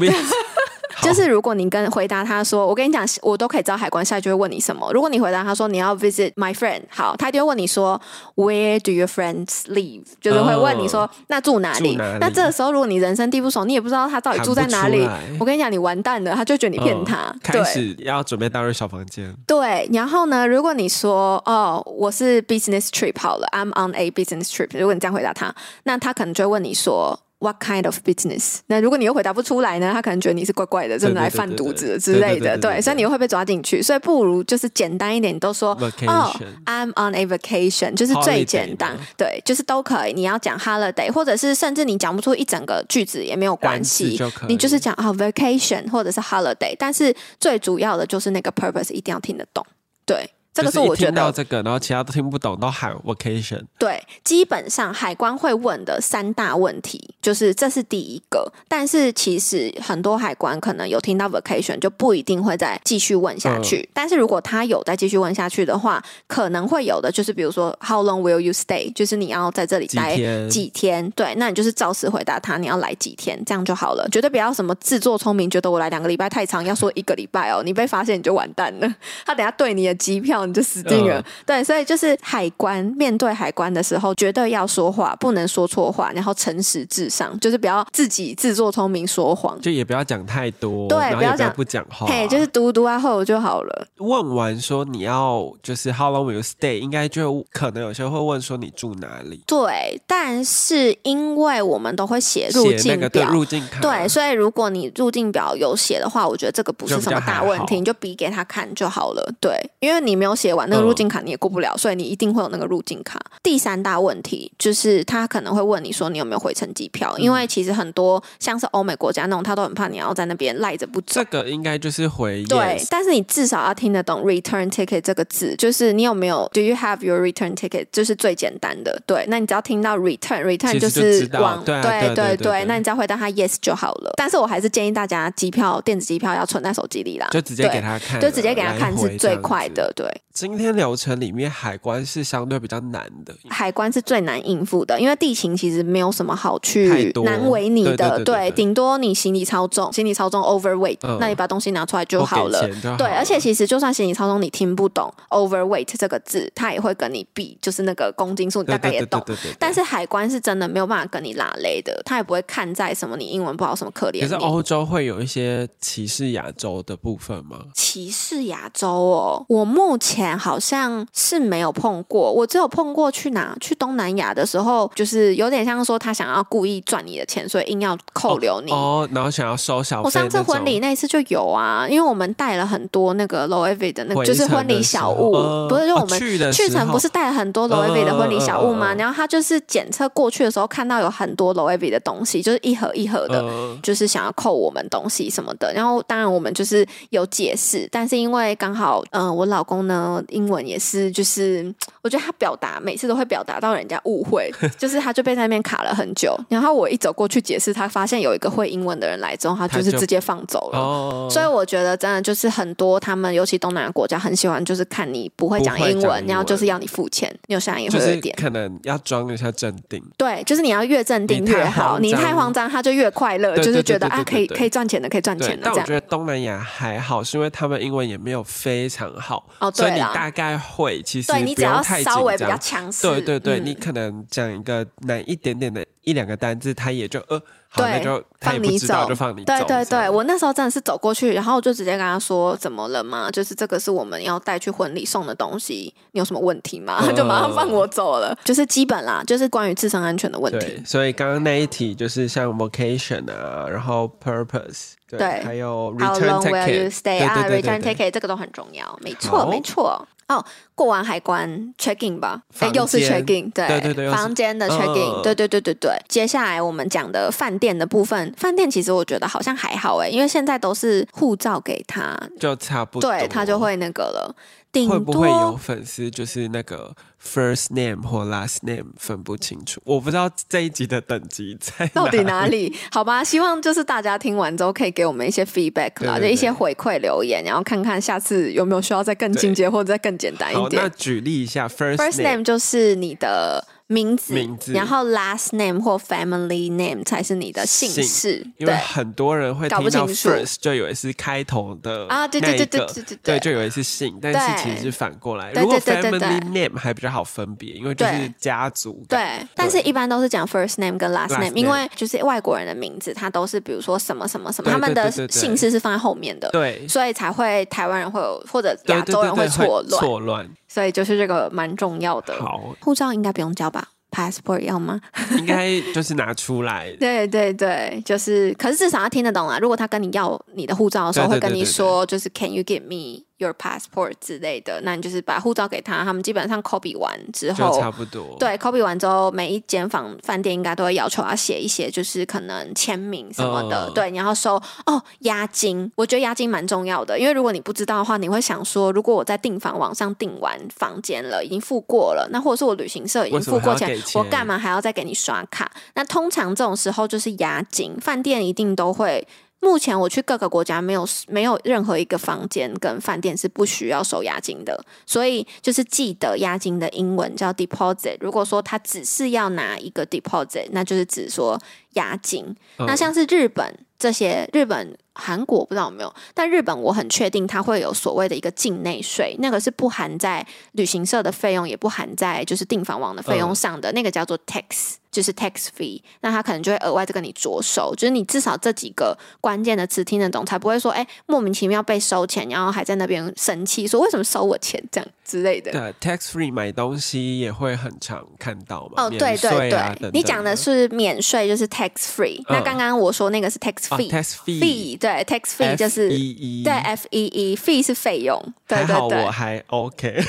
[SPEAKER 2] 好
[SPEAKER 1] <laughs> 就是如果你跟回答他说，我跟你讲，我都可以知道海关下一句会问你什么。如果你回答他说你要 visit my friend，好，他就会问你说 Where do your friends live？就是会问你说、那住哪里？
[SPEAKER 2] 嗯住哪里
[SPEAKER 1] 那这个时候如果你人生地不熟，你也不知道他到底住在哪里
[SPEAKER 2] 喊不出来，
[SPEAKER 1] 我跟你讲，你完蛋了，他就觉得你骗
[SPEAKER 2] 嗯
[SPEAKER 1] 他。对。
[SPEAKER 2] 开始要准备踏入小房间。
[SPEAKER 1] 对，然后呢？如果你说哦，我是 business trip 好了，I'm on a business trip。如果你这样回答他，那他可能就会问你说 What kind of business？那如果你又回答不出来呢，他可能觉得你是怪怪的，真的来贩毒子的之类
[SPEAKER 2] 对对
[SPEAKER 1] 的，
[SPEAKER 2] 对对对对对
[SPEAKER 1] 对，所以你会被抓进去。所以不如就是简单一点，都说哦
[SPEAKER 2] Vacation
[SPEAKER 1] ，I'm on a vacation，就是最简单
[SPEAKER 2] Holiday 嘛，
[SPEAKER 1] 对，就是都可以。你要讲 holiday，或者是甚至你讲不出一整个句子也没有关
[SPEAKER 2] 单字
[SPEAKER 1] 系
[SPEAKER 2] 就可以，
[SPEAKER 1] 你就是讲啊 vacation 或者是 holiday，但是最主要的就是那个 purpose 一定要听得懂，对。这个
[SPEAKER 2] 就是是一
[SPEAKER 1] 我觉
[SPEAKER 2] 听到
[SPEAKER 1] 得
[SPEAKER 2] 这个，然后其他都听不懂，都喊 vacation。
[SPEAKER 1] 对，基本上海关会问的三大问题，就是这是第一个。但是其实很多海关可能有听到 vacation 就不一定会再继续问下去。
[SPEAKER 2] 嗯
[SPEAKER 1] 但是如果他有再继续问下去的话，可能会有的就是比如说 How long will you stay？就是你要在这里
[SPEAKER 2] 几
[SPEAKER 1] 待
[SPEAKER 2] 天
[SPEAKER 1] 几天？对，那你就是照实回答他你要来几天，这样就好了。绝对不要什么自作聪明，觉得我来两个礼拜太长，要说一个礼拜哦，你被发现你就完蛋了。他等下对你的机票你就死定了。
[SPEAKER 2] 嗯
[SPEAKER 1] <laughs> 对，所以就是海关面对海关的时候，绝对要说话，不能说错话，然后诚实至上，就是不要自己自作聪明说谎。
[SPEAKER 2] 就也不要讲太多，
[SPEAKER 1] 对
[SPEAKER 2] 然后
[SPEAKER 1] 不
[SPEAKER 2] 也
[SPEAKER 1] 要
[SPEAKER 2] 不要
[SPEAKER 1] 讲
[SPEAKER 2] 不讲话，
[SPEAKER 1] 嘿就是读读啊后就好了。
[SPEAKER 2] 问完说你要就是 how long will you stay，应该就可能有些会问说你住哪里，
[SPEAKER 1] 对，但是因为我们都会写入
[SPEAKER 2] 写那
[SPEAKER 1] 境
[SPEAKER 2] 个对
[SPEAKER 1] 表，
[SPEAKER 2] 入境卡，
[SPEAKER 1] 对，所以如果你入境表有写的话，我觉得这个不
[SPEAKER 2] 就是比
[SPEAKER 1] 什
[SPEAKER 2] 较
[SPEAKER 1] 么
[SPEAKER 2] 还
[SPEAKER 1] 大问
[SPEAKER 2] 好
[SPEAKER 1] 题，你就比给他看就好了。对，因为你没有写完
[SPEAKER 2] 嗯
[SPEAKER 1] 那个入境卡，你也过不了，所以你一定会有那个入境卡。第三大问题就是他可能会问你说你有没有回程机票，
[SPEAKER 2] 嗯
[SPEAKER 1] 因为其实很多像是欧美国家那种，他都很怕你要在那边赖着不走
[SPEAKER 2] 这。个应该就是回
[SPEAKER 1] 对
[SPEAKER 2] yes，
[SPEAKER 1] 但是你至少要听得懂 return ticket 这个字，就是你有没有 do you have your return ticket，就是最简单的。对，那你只要听到 return return
[SPEAKER 2] 其实就知
[SPEAKER 1] 是
[SPEAKER 2] 道
[SPEAKER 1] 往
[SPEAKER 2] 对啊对
[SPEAKER 1] 对
[SPEAKER 2] 对对对
[SPEAKER 1] 那你只要回答他 yes 就好了。但是我还是建议大家机票电子机票要存在手机里啦，
[SPEAKER 2] 就直接
[SPEAKER 1] 啊对
[SPEAKER 2] 给他看了，
[SPEAKER 1] 就直接给他看
[SPEAKER 2] 来回
[SPEAKER 1] 是最
[SPEAKER 2] 这样子
[SPEAKER 1] 快。的。对，
[SPEAKER 2] 今天流程里面海关是相对比较难的，
[SPEAKER 1] 海关是最难应付的，因为地形其实没有什么好
[SPEAKER 2] 太
[SPEAKER 1] 去
[SPEAKER 2] 多
[SPEAKER 1] 难为你
[SPEAKER 2] 对对
[SPEAKER 1] 的
[SPEAKER 2] 对，对对
[SPEAKER 1] 顶多你行李超重，行李超重 overweight，
[SPEAKER 2] 嗯
[SPEAKER 1] 那你把东西拿出来就
[SPEAKER 2] 我
[SPEAKER 1] 好
[SPEAKER 2] 给
[SPEAKER 1] 了。
[SPEAKER 2] 钱啊就好了，
[SPEAKER 1] 对，而且其实就算行李超重，你听不懂 overweight 这个字，它也会跟你比，就是那个公斤数，你
[SPEAKER 2] 对
[SPEAKER 1] 大概也懂。
[SPEAKER 2] 对对对对对
[SPEAKER 1] 但是海关是真的没有办法跟你拉勒的，他也不会看在什么你英文不好什么可怜
[SPEAKER 2] 可是哦
[SPEAKER 1] 你。
[SPEAKER 2] 欧洲会有一些歧视亚洲的部分吗？
[SPEAKER 1] 歧视亚洲哦，我目前好像是没有碰过，我只有碰过去哪去东南亚的时候，就是有点像说他想要故意赚你的钱，所以硬要扣留你。
[SPEAKER 2] 哦，然后想要收小费
[SPEAKER 1] 我上次
[SPEAKER 2] 那种
[SPEAKER 1] 婚礼那一次就有啊，因为我们带了很多那个 low e v 的那个，
[SPEAKER 2] 回
[SPEAKER 1] 就是
[SPEAKER 2] 程
[SPEAKER 1] 婚礼
[SPEAKER 2] 的时
[SPEAKER 1] 小
[SPEAKER 2] 候
[SPEAKER 1] 物，
[SPEAKER 2] 嗯
[SPEAKER 1] 不是就
[SPEAKER 2] 哦
[SPEAKER 1] 我们
[SPEAKER 2] 去的
[SPEAKER 1] 去
[SPEAKER 2] 时
[SPEAKER 1] 程
[SPEAKER 2] 候嗯
[SPEAKER 1] 不是带了很多 low e v 的婚礼小物吗？
[SPEAKER 2] 嗯嗯嗯嗯嗯
[SPEAKER 1] 然后他就是检测过去的时候看到有很多 low e v 的东西，就是一盒一盒的。
[SPEAKER 2] 嗯
[SPEAKER 1] 就是想要扣我们东西什么的，然后当然我们就是有解释，但是因为刚好，嗯、我老公呢英文也是，就是我觉得他表达每次都会表达到人家误
[SPEAKER 2] <laughs>
[SPEAKER 1] 会，就是他就被在那边卡了很久，然后我一走过去解释，他发现有一个会英文的人来之后，他
[SPEAKER 2] 他
[SPEAKER 1] 就是
[SPEAKER 2] 就
[SPEAKER 1] 直接放走了。
[SPEAKER 2] 哦，
[SPEAKER 1] 所以我觉得真的就是很多他们，尤其东南亚国家，很喜欢就是看你不会讲
[SPEAKER 2] 不会
[SPEAKER 1] 英
[SPEAKER 2] 讲
[SPEAKER 1] 文，
[SPEAKER 2] 英
[SPEAKER 1] 然后就
[SPEAKER 2] 文
[SPEAKER 1] 是要你付钱，纽西兰也
[SPEAKER 2] 就
[SPEAKER 1] 会有
[SPEAKER 2] 是
[SPEAKER 1] 一点。
[SPEAKER 2] 可能要装一下镇定。
[SPEAKER 1] 对，就是你要越镇定
[SPEAKER 2] 你太
[SPEAKER 1] 越好，
[SPEAKER 2] 慌
[SPEAKER 1] 你
[SPEAKER 2] 张
[SPEAKER 1] 太慌张，他就越快乐，
[SPEAKER 2] 对
[SPEAKER 1] 就是
[SPEAKER 2] 对
[SPEAKER 1] 觉得
[SPEAKER 2] 对对
[SPEAKER 1] 啊，
[SPEAKER 2] 对
[SPEAKER 1] 可以
[SPEAKER 2] 对
[SPEAKER 1] 可以赚钱的，可以赚
[SPEAKER 2] 对
[SPEAKER 1] 钱，的
[SPEAKER 2] 但
[SPEAKER 1] 这
[SPEAKER 2] 我
[SPEAKER 1] 样
[SPEAKER 2] 觉。得东南亚还好，是因为他们英文也没有非常好，
[SPEAKER 1] 哦，
[SPEAKER 2] 所以
[SPEAKER 1] 对
[SPEAKER 2] 你
[SPEAKER 1] 啦，
[SPEAKER 2] 大概会，其实
[SPEAKER 1] 对你
[SPEAKER 2] 不
[SPEAKER 1] 只要
[SPEAKER 2] 太
[SPEAKER 1] 稍微
[SPEAKER 2] 紧
[SPEAKER 1] 比较
[SPEAKER 2] 张。
[SPEAKER 1] 强势，
[SPEAKER 2] 对对对，
[SPEAKER 1] 嗯
[SPEAKER 2] 你可能讲一个难一点点的一两个单字，他也就呃，好，
[SPEAKER 1] 对
[SPEAKER 2] 那就他也
[SPEAKER 1] 放
[SPEAKER 2] 不
[SPEAKER 1] 你
[SPEAKER 2] 知道
[SPEAKER 1] 走
[SPEAKER 2] 就放你走。
[SPEAKER 1] 对对
[SPEAKER 2] 这样
[SPEAKER 1] 对，我那时候真的是走过去，然后我就直接跟他说：“怎么了嘛？就是这个是我们要带去婚礼送的东西，你有什么问题吗？” <laughs>
[SPEAKER 2] 嗯
[SPEAKER 1] 就马上放我走了，就是基本啦，就是关于自身安全的问题
[SPEAKER 2] 对，。所以刚刚那一题就是像 vocation 啊，然后 purpose，对，
[SPEAKER 1] 对
[SPEAKER 2] 还有
[SPEAKER 1] How
[SPEAKER 2] return
[SPEAKER 1] long will you
[SPEAKER 2] ticket，
[SPEAKER 1] stay
[SPEAKER 2] 对
[SPEAKER 1] 啊
[SPEAKER 2] 对对
[SPEAKER 1] ？Return
[SPEAKER 2] 对对
[SPEAKER 1] ticket 这个都很重要，没
[SPEAKER 2] 好
[SPEAKER 1] 错没错。哦，过完海关 check in 吧，哎
[SPEAKER 2] 房，间
[SPEAKER 1] 又是 check in，对
[SPEAKER 2] 对对对又是
[SPEAKER 1] 房间的
[SPEAKER 2] 嗯
[SPEAKER 1] check
[SPEAKER 2] 嗯
[SPEAKER 1] in，
[SPEAKER 2] 嗯
[SPEAKER 1] 对对对对对。接下来我们讲的饭店的部分，饭店其实我觉得好像还好哎，因为现在都是护照给他，
[SPEAKER 2] 就差不多，
[SPEAKER 1] 对他就会那个了，顶
[SPEAKER 2] 会不会有
[SPEAKER 1] 多。
[SPEAKER 2] 粉丝就是那个 first name 或 last name 分不清楚？我不知道这一集的等级在
[SPEAKER 1] <laughs> 到底
[SPEAKER 2] 哪
[SPEAKER 1] 哪里？好吧，希望就是大家听完之后可以给我们一些 feedback 啦，
[SPEAKER 2] 对对
[SPEAKER 1] 就
[SPEAKER 2] 对
[SPEAKER 1] 一些回馈留言，然后看看下次有没有需要再更进阶或者再更简单
[SPEAKER 2] 好
[SPEAKER 1] 一，点
[SPEAKER 2] 那。举例一下 first
[SPEAKER 1] 哎 First
[SPEAKER 2] name
[SPEAKER 1] name 就是你的名字，
[SPEAKER 2] 名字
[SPEAKER 1] 然后 last name 或 family name 才是你的呃姓
[SPEAKER 2] 姓
[SPEAKER 1] 氏，
[SPEAKER 2] 因为
[SPEAKER 1] 对。
[SPEAKER 2] 很多人会
[SPEAKER 1] 搞不
[SPEAKER 2] 听到
[SPEAKER 1] 清楚
[SPEAKER 2] first 就以为是开头的
[SPEAKER 1] 啊对
[SPEAKER 2] 那
[SPEAKER 1] 对
[SPEAKER 2] 一
[SPEAKER 1] 对对
[SPEAKER 2] 个
[SPEAKER 1] 对对
[SPEAKER 2] 对，
[SPEAKER 1] 对
[SPEAKER 2] 就以为是姓，但是其实是反过来。
[SPEAKER 1] 对
[SPEAKER 2] 如果
[SPEAKER 1] 对对对
[SPEAKER 2] family
[SPEAKER 1] 对
[SPEAKER 2] name 还比较好分别，因为就是
[SPEAKER 1] 对
[SPEAKER 2] 家族感。
[SPEAKER 1] 对，但是一般都是讲 first name 跟 last
[SPEAKER 2] Last
[SPEAKER 1] name，
[SPEAKER 2] name
[SPEAKER 1] 因为就是外国人的名字，他都是比如说什么什么什么，
[SPEAKER 2] 对
[SPEAKER 1] 他们的
[SPEAKER 2] 对对对对
[SPEAKER 1] 姓氏是放在后面的，
[SPEAKER 2] 对
[SPEAKER 1] 所以才会台湾人会有或者
[SPEAKER 2] 对
[SPEAKER 1] 亚
[SPEAKER 2] 对
[SPEAKER 1] 洲
[SPEAKER 2] 对
[SPEAKER 1] 人会
[SPEAKER 2] 对，
[SPEAKER 1] 错
[SPEAKER 2] 会
[SPEAKER 1] 乱，
[SPEAKER 2] 错乱。
[SPEAKER 1] 所以就是这个蛮重要的。
[SPEAKER 2] 好，
[SPEAKER 1] 护照应该不用交吧？ passport 要吗？
[SPEAKER 2] 应该就是拿出来。
[SPEAKER 1] <laughs> 对对对，就是，可是至少他听得懂啊。如果他跟你要你的护照的时候，
[SPEAKER 2] 对
[SPEAKER 1] 会
[SPEAKER 2] 对
[SPEAKER 1] 跟
[SPEAKER 2] 对
[SPEAKER 1] 你
[SPEAKER 2] 对
[SPEAKER 1] 说，就是 Can you give me your passport 之类的，那你就是把护照给他，他们基本上 copy 完之
[SPEAKER 2] 就
[SPEAKER 1] 后。
[SPEAKER 2] 差不多。，
[SPEAKER 1] 对，copy 完之后，每一间房饭店应该都会要求要写一些，就是可能签名什么的。
[SPEAKER 2] 嗯
[SPEAKER 1] 对，你要收哦押金，我觉得押金蛮重要的，因为如果你不知道的话，你会想说，如果我在订房网上订完房间了，已经付过了，那或者是我旅行社已经
[SPEAKER 2] 为什
[SPEAKER 1] 付
[SPEAKER 2] 么还
[SPEAKER 1] 过
[SPEAKER 2] 要给
[SPEAKER 1] 我
[SPEAKER 2] 钱
[SPEAKER 1] 干嘛还要再给你刷卡？那通常这种时候就是押金，饭店一定都会。目前我去各个国家，没有没有任何一个房间跟饭店是不需要收押金的，所以就是记得押金的英文叫 deposit。如果说他只是要拿一个 deposit，那就是只说押金。
[SPEAKER 2] 嗯
[SPEAKER 1] 那像是日本这些，日本、韩国不知道有没有，但日本我很确定它会有所谓的一个境内税，那个是不含在旅行社的费用，也不含在就是订房网的费用
[SPEAKER 2] 嗯
[SPEAKER 1] 上的，那个叫做 tax，就是 tax fee。那它可能就会额外再跟你着手，就是你至少这几个关键的词听得懂，才不会说哎、莫名其妙被收钱，然后还在那边生气说为什么收我钱这样之类的。
[SPEAKER 2] 对 tax free 呃买东西也会很常看到嘛。
[SPEAKER 1] 哦，
[SPEAKER 2] 免
[SPEAKER 1] 对对
[SPEAKER 2] 税
[SPEAKER 1] 对，
[SPEAKER 2] 啊等等
[SPEAKER 1] 你讲的是免税，就是 tax free、那
[SPEAKER 2] 嗯
[SPEAKER 1] 刚刚我说那个是 tax
[SPEAKER 2] 哦
[SPEAKER 1] fee，、
[SPEAKER 2] tax fee
[SPEAKER 1] fee 对 tax
[SPEAKER 2] E
[SPEAKER 1] fee 就是
[SPEAKER 2] FEE
[SPEAKER 1] 对 F E E fee 是费用，对
[SPEAKER 2] 还好啊
[SPEAKER 1] 对
[SPEAKER 2] 我
[SPEAKER 1] 对
[SPEAKER 2] 还
[SPEAKER 1] <laughs>
[SPEAKER 2] OK。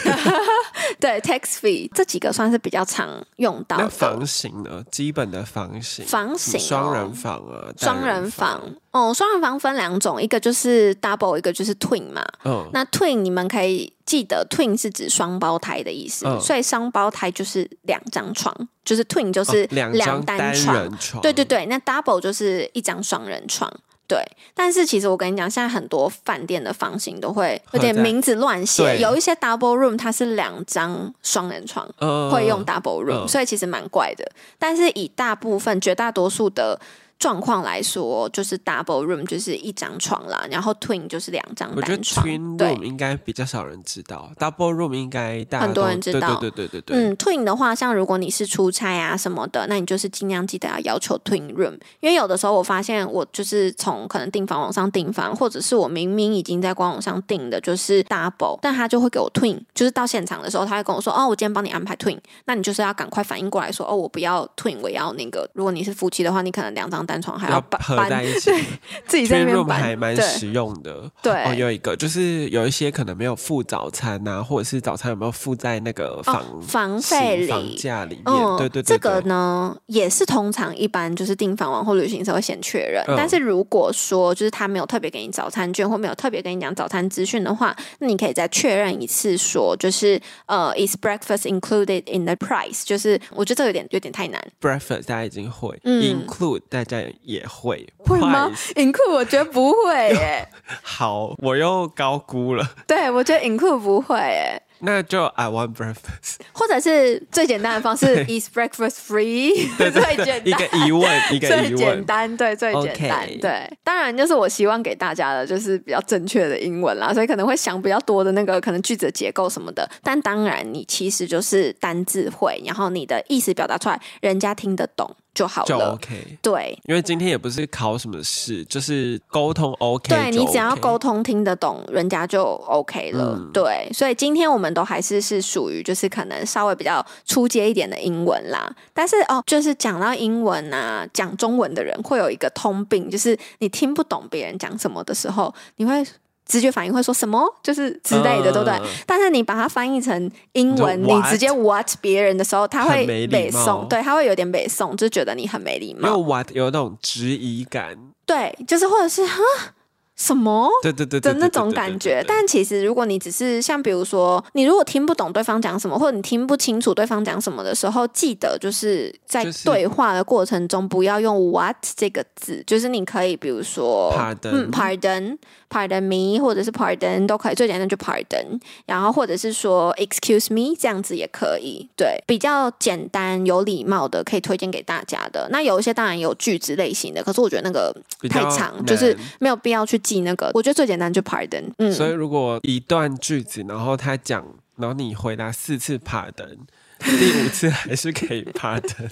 [SPEAKER 1] 对 tax fee 这几个算是比较常用到
[SPEAKER 2] 那
[SPEAKER 1] 的
[SPEAKER 2] 房型呢？基本的房型，
[SPEAKER 1] 房
[SPEAKER 2] 什么
[SPEAKER 1] 型
[SPEAKER 2] 双
[SPEAKER 1] 哦
[SPEAKER 2] 人房啊，单
[SPEAKER 1] 双人
[SPEAKER 2] 人
[SPEAKER 1] 房，哦，双人房分两种，一个就是 double，一个就是 twin 嘛。
[SPEAKER 2] 嗯，
[SPEAKER 1] 那 twin 你们可以记得，twin 是指双胞胎的意思，
[SPEAKER 2] 嗯
[SPEAKER 1] 所以双胞胎就是两张床，就是 twin 就
[SPEAKER 2] 哦
[SPEAKER 1] 是
[SPEAKER 2] 两
[SPEAKER 1] 两
[SPEAKER 2] 张单
[SPEAKER 1] 床，
[SPEAKER 2] 人床，
[SPEAKER 1] 对对对，那 double 就是一张双人床。对，但是其实我跟你讲，现在很多饭店的房型都会有
[SPEAKER 2] 合
[SPEAKER 1] 点
[SPEAKER 2] 在
[SPEAKER 1] 名字乱写，
[SPEAKER 2] 对
[SPEAKER 1] 有一些 double room 它是两张双人床，
[SPEAKER 2] 嗯，
[SPEAKER 1] 会用 double room，、
[SPEAKER 2] 嗯
[SPEAKER 1] 所以其实蛮怪的。但是以大部分绝大多数的状况来说，就是 double room 就是一张床啦，然后 twin 就是两张
[SPEAKER 2] 我觉得
[SPEAKER 1] 单床
[SPEAKER 2] twin
[SPEAKER 1] 对
[SPEAKER 2] room 应该比较少人知道，double room 应该大家
[SPEAKER 1] 很多
[SPEAKER 2] 都
[SPEAKER 1] 人知
[SPEAKER 2] 对
[SPEAKER 1] 道
[SPEAKER 2] 对对对对对，
[SPEAKER 1] 嗯，twin 的话，像如果你是出差啊什么的，那你就是尽量记得要要求 twin room，因为有的时候我发现我就是从可能订房网上订房，或者是我明明已经在官网上订的，就是 double，但他就会给我 twin，就是到现场的时候他会跟我说，哦，我今天帮你安排 twin，那你就是要赶快反应过来说，哦，我不要 twin，我要那个，如果你是夫妻的话，你可能两张单床还
[SPEAKER 2] 要
[SPEAKER 1] 搬
[SPEAKER 2] 合在
[SPEAKER 1] 搬
[SPEAKER 2] 一起。
[SPEAKER 1] 自己在
[SPEAKER 2] twin
[SPEAKER 1] 那
[SPEAKER 2] room
[SPEAKER 1] 边
[SPEAKER 2] 还
[SPEAKER 1] 搬，
[SPEAKER 2] 蛮
[SPEAKER 1] 对
[SPEAKER 2] 实用的。
[SPEAKER 1] 对
[SPEAKER 2] 哦，有一个就是有一些可能没有附早餐呐、或者是早餐有没有附在那个房、
[SPEAKER 1] 哦房费
[SPEAKER 2] 是房
[SPEAKER 1] 里。
[SPEAKER 2] 价里面？
[SPEAKER 1] 嗯，
[SPEAKER 2] 对对对
[SPEAKER 1] 这个
[SPEAKER 2] 对
[SPEAKER 1] 呢也是通常一般就是订房网或旅行社会先确认，
[SPEAKER 2] 嗯
[SPEAKER 1] 但是如果说就是他没有特别给你早餐券或没有特别跟你讲早餐资讯的话，那你可以再确认一次说，就是呃，is breakfast included in the price？就是我觉得这个有点有点太难，
[SPEAKER 2] breakfast 大家已经会、
[SPEAKER 1] 嗯
[SPEAKER 2] i n c l u d e 大家也会，
[SPEAKER 1] 会吗
[SPEAKER 2] Price，
[SPEAKER 1] i n c l u d 我觉得不会
[SPEAKER 2] <laughs>
[SPEAKER 1] 耶，
[SPEAKER 2] 好，我又高估了。
[SPEAKER 1] 对我觉得 i n c l u d 不会耶。
[SPEAKER 2] 那就 I want
[SPEAKER 1] <laughs>
[SPEAKER 2] breakfast，
[SPEAKER 1] 或者是最简单的
[SPEAKER 2] <laughs>
[SPEAKER 1] 方式，is breakfast free？
[SPEAKER 2] 对对
[SPEAKER 1] <laughs> 最
[SPEAKER 2] 对
[SPEAKER 1] 简，
[SPEAKER 2] 一
[SPEAKER 1] 单
[SPEAKER 2] 个，疑问，一个
[SPEAKER 1] 最
[SPEAKER 2] 疑
[SPEAKER 1] 简
[SPEAKER 2] 问，
[SPEAKER 1] 单，对，最简单
[SPEAKER 2] OK
[SPEAKER 1] 对。当然，就是我希望给大家的就是比较正确的英文啦，所以可能会想比较多的那个可能句子的结构什么的。但当然，你其实就是单字会，然后你的意思表达出来，人家听得懂就好
[SPEAKER 2] 就
[SPEAKER 1] 了。
[SPEAKER 2] OK。
[SPEAKER 1] 对，
[SPEAKER 2] 因为今天也不是考什么试，就是沟通 OK 就
[SPEAKER 1] 对
[SPEAKER 2] OK。
[SPEAKER 1] 你只要沟通听得懂，人家就 OK 了。
[SPEAKER 2] 嗯
[SPEAKER 1] 对，所以今天我们都还是是属于就是可能稍微比较出街一点的英文啦。但是哦，就是讲到英文啊，讲中文的人会有一个通病，就是你听不懂别人讲什么的时候，你会。直觉反应会说什么，就是之类的，对不对
[SPEAKER 2] 嗯？
[SPEAKER 1] 但是你把它翻译成英文，
[SPEAKER 2] 你就
[SPEAKER 1] 你
[SPEAKER 2] what？
[SPEAKER 1] 直接 what 别人的时候，他会
[SPEAKER 2] 很没礼
[SPEAKER 1] 北
[SPEAKER 2] 貌
[SPEAKER 1] 宋，对，他会有点北宋，就觉得你很没礼
[SPEAKER 2] 因为
[SPEAKER 1] 貌，
[SPEAKER 2] what 有那种质疑感，
[SPEAKER 1] 对，就是或者是哈什么，
[SPEAKER 2] 对对对
[SPEAKER 1] 的
[SPEAKER 2] 对
[SPEAKER 1] 那种感觉。但其实，如果你只是像比如说，你如果听不懂对方讲什么，或者你听不清楚对方讲什么的时候，记得就是在
[SPEAKER 2] 就是
[SPEAKER 1] 对话的过程中不要用 “what” 这个字，就是你可以比如说
[SPEAKER 2] Pardon
[SPEAKER 1] 嗯，pardon pardon me，或者是 pardon 都可以，最简单就 pardon，然后或者是说 excuse me 这样子也可以。对，比较简单有礼貌的可以推荐给大家的。那有一些当然有句子类型的，可是我觉得那个
[SPEAKER 2] 比
[SPEAKER 1] 太
[SPEAKER 2] 较
[SPEAKER 1] 长，
[SPEAKER 2] 难
[SPEAKER 1] 就是没有必要去记那个。我觉得最简单就 pardon，嗯，
[SPEAKER 2] 所以如果一段句子，然后他讲，
[SPEAKER 1] <laughs>
[SPEAKER 2] 然后你回答四次 pardon，第五次还是可以 pardon，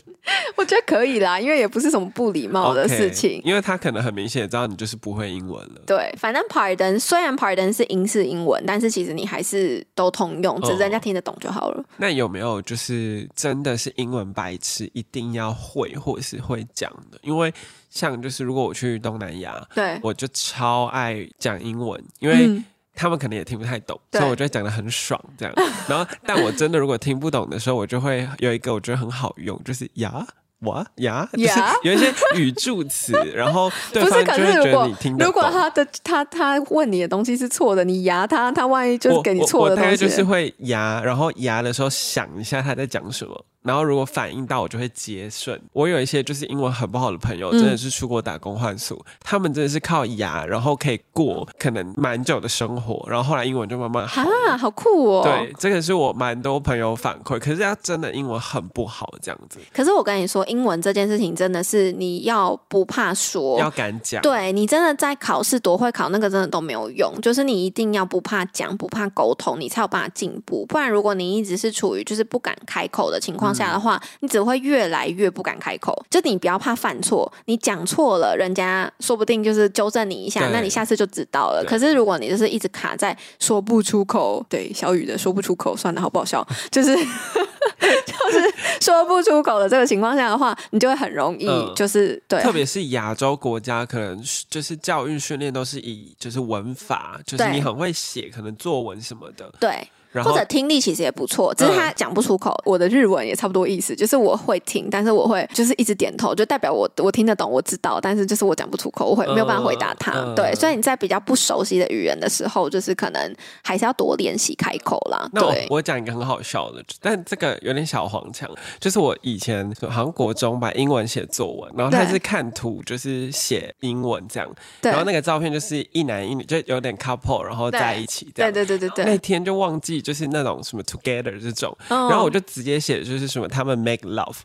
[SPEAKER 1] 我觉得可以啦，因为也不是什么不礼貌的事
[SPEAKER 2] OK，
[SPEAKER 1] 情。
[SPEAKER 2] 因为他可能很明显也知道你就是不会英文了。
[SPEAKER 1] 对，反正 pardon 虽然 pardon 是英式英文，但是其实你还是都通
[SPEAKER 2] 哦
[SPEAKER 1] 用，只是人家听得懂就好了。
[SPEAKER 2] 那有没有就是真的是英文白痴一定要会或是会讲的？因为像就是如果我去东南亚，
[SPEAKER 1] 对，
[SPEAKER 2] 我就超爱讲英文，因为
[SPEAKER 1] 嗯
[SPEAKER 2] 他们可能也听不太懂，
[SPEAKER 1] 对
[SPEAKER 2] 所以我就会讲的很爽这样。然后，但我真的如果听不懂的时候，我就会有一个我觉得很好用，就是呀。我呀，就是
[SPEAKER 1] Yeah
[SPEAKER 2] 有一些语助词，然后
[SPEAKER 1] <laughs>
[SPEAKER 2] 对
[SPEAKER 1] 不
[SPEAKER 2] 方
[SPEAKER 1] 是，
[SPEAKER 2] 就
[SPEAKER 1] 可
[SPEAKER 2] 会
[SPEAKER 1] 是
[SPEAKER 2] 觉
[SPEAKER 1] 如
[SPEAKER 2] 得
[SPEAKER 1] 果
[SPEAKER 2] 你听得
[SPEAKER 1] 如
[SPEAKER 2] 懂
[SPEAKER 1] 果。他的他他问你的东西是错的，你牙他，他万一就是
[SPEAKER 2] 我
[SPEAKER 1] 给你
[SPEAKER 2] 我
[SPEAKER 1] 错的
[SPEAKER 2] 我大
[SPEAKER 1] 东
[SPEAKER 2] 概
[SPEAKER 1] 西，
[SPEAKER 2] 就是会牙，然后牙的时候想一下他在讲什么，然后如果反应到，我就会接顺。我有一些就是英文很不好的朋友，
[SPEAKER 1] 嗯
[SPEAKER 2] 真的是出国打工换宿，他们真的是靠牙，然后可以过可能蛮久的生活，然后后来英文就慢慢好。
[SPEAKER 1] 啊，好酷哦。
[SPEAKER 2] 对，，这个是我蛮多朋友反馈，可是他真的英文很不好，这样子
[SPEAKER 1] 可是我跟你说，英文这件事情真的是你要不怕说，
[SPEAKER 2] 要敢讲。
[SPEAKER 1] 对你真的在考试多会考，那个真的都没有用。就是你一定要不怕讲，不怕沟通，你才有办法进步。不然，如果你一直是处于就是不敢开口的情况下
[SPEAKER 2] 嗯
[SPEAKER 1] 的话，你只会越来越不敢开口。就你不要怕犯错，你讲错了，人家说不定就是纠正你一下
[SPEAKER 2] 对，
[SPEAKER 1] 那你下次就知道了。
[SPEAKER 2] 对
[SPEAKER 1] 可是如果你就是一直卡在说不出口，对小雨的说不出口，算了，好不好笑？ <laughs> 就是就是说不出口的这个情况下的话，你就会很容易
[SPEAKER 2] 嗯
[SPEAKER 1] 就是、对
[SPEAKER 2] 特别是亚洲国家，可能是就是教育训练都是以就是文法，就是
[SPEAKER 1] 对
[SPEAKER 2] 你很会写，可能作文什么的，
[SPEAKER 1] 对。
[SPEAKER 2] 然后嗯
[SPEAKER 1] 或者听力其实也不错，只是他讲不出口。我的日文也差不多意思，就是我会听，但是我会就是一直点头，就代表我我听得懂，我知道，但是就是我讲不出口，我会
[SPEAKER 2] 嗯
[SPEAKER 1] 没有办法回答他。
[SPEAKER 2] 嗯
[SPEAKER 1] 对，所以你在比较不熟悉的语言的时候，就是可能还是要多练习开口啦。
[SPEAKER 2] 那我
[SPEAKER 1] 对，
[SPEAKER 2] 我讲一个很好笑的，但这个有点小黄腔，就是我以前好像国中把英文写作文，然后他
[SPEAKER 1] 对
[SPEAKER 2] 是看图，就是写英文这样，
[SPEAKER 1] 对
[SPEAKER 2] 然后那个照片就是一男一女，就有点 couple，然后在一起这
[SPEAKER 1] 对
[SPEAKER 2] 样。
[SPEAKER 1] 对对对对
[SPEAKER 2] 那，天就忘记就是那种什么 together 这种，
[SPEAKER 1] 嗯
[SPEAKER 2] 然后我就直接写就是什么他们 make love。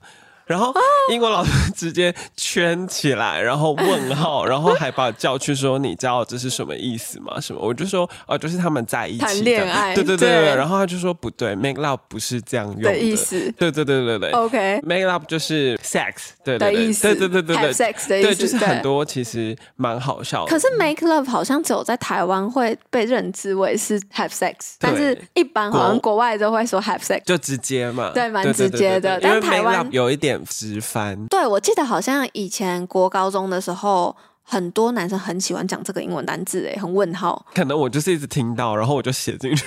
[SPEAKER 2] 然
[SPEAKER 1] 哦
[SPEAKER 2] 后英国老师直接圈起来，然后问
[SPEAKER 1] <laughs>
[SPEAKER 2] 号，然后还把我叫去说你知道这是什么意思吗？什么？我就说哦，就是他们在一起
[SPEAKER 1] 谈
[SPEAKER 2] 这
[SPEAKER 1] 恋
[SPEAKER 2] 样
[SPEAKER 1] 爱
[SPEAKER 2] 对对对
[SPEAKER 1] 对
[SPEAKER 2] 对。然后他就说不对，make love 不是这样用
[SPEAKER 1] 的
[SPEAKER 2] 的
[SPEAKER 1] 意。思。
[SPEAKER 2] 对对对对对
[SPEAKER 1] OK
[SPEAKER 2] ，make love 就是 sex，对对
[SPEAKER 1] 的
[SPEAKER 2] 对
[SPEAKER 1] 意思，
[SPEAKER 2] 对对对对
[SPEAKER 1] have
[SPEAKER 2] 对，
[SPEAKER 1] sex 的意思，
[SPEAKER 2] 对就是很。多其实蛮好笑的。
[SPEAKER 1] 可是 make love 好像只有在台湾会被认知为是 have sex，但是一般好像
[SPEAKER 2] 国
[SPEAKER 1] 国外都会说 have sex。
[SPEAKER 2] 就直接嘛，
[SPEAKER 1] 对蛮直接的
[SPEAKER 2] 对对对因为
[SPEAKER 1] 但台
[SPEAKER 2] make
[SPEAKER 1] 湾
[SPEAKER 2] love 有一点直翻，
[SPEAKER 1] 对，我记得好像以前国高中的时候，很多男生很喜欢讲这个英文单字，哎，很问号。
[SPEAKER 2] 可能我就是一直听到，然后我就写进去。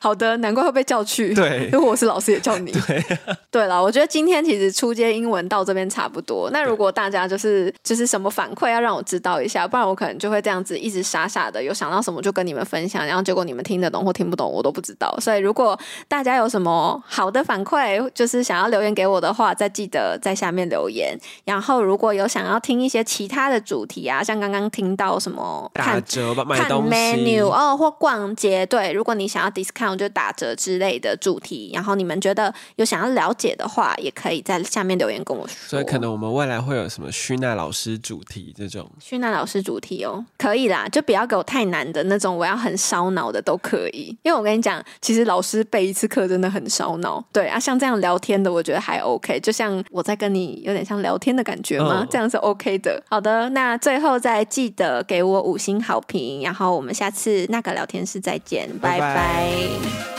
[SPEAKER 1] 好的，难怪会被叫去。 <laughs>
[SPEAKER 2] 对
[SPEAKER 1] 如果我是老师也叫你。 <laughs> 对，了，我觉得今天其实初阶英文到这边差不多。那如果大家就是就是什么反馈啊要让我知道一下，不然我可能就会这样子一直傻傻的，有想到什么就跟你们分享，然后结果你们听得懂或听不懂我都不知道。所以如果大家有什么好的反馈，就是想要留言给我的话，再记得在下面留言。然后如果有想要听一些其他的主题啊，像刚刚听到什么
[SPEAKER 2] 打
[SPEAKER 1] 看
[SPEAKER 2] 折吧，买
[SPEAKER 1] 看
[SPEAKER 2] 东西。
[SPEAKER 1] menu 哦，或逛街。对，如果你想要 discount 就打折之类的主题，然后你们觉得有想要了解的话，也可以在下面留言跟我说。
[SPEAKER 2] 所以可能我们未来会有什么虚娜老师主题这种，
[SPEAKER 1] 去那老师主题哦，可以啦，就不要给我太难的那种，我要很烧脑的都可以。因为我跟你讲，其实老师备一次课真的很烧脑。对啊，像这样聊天的，我觉得还 OK，就像我在跟你有点像聊天的感觉嘛，
[SPEAKER 2] 嗯
[SPEAKER 1] 这样是 OK 的。好的，那最后再记得给我五星好评，然后我们下次那个聊天室再见，
[SPEAKER 2] 拜
[SPEAKER 1] 拜
[SPEAKER 2] 拜
[SPEAKER 1] 拜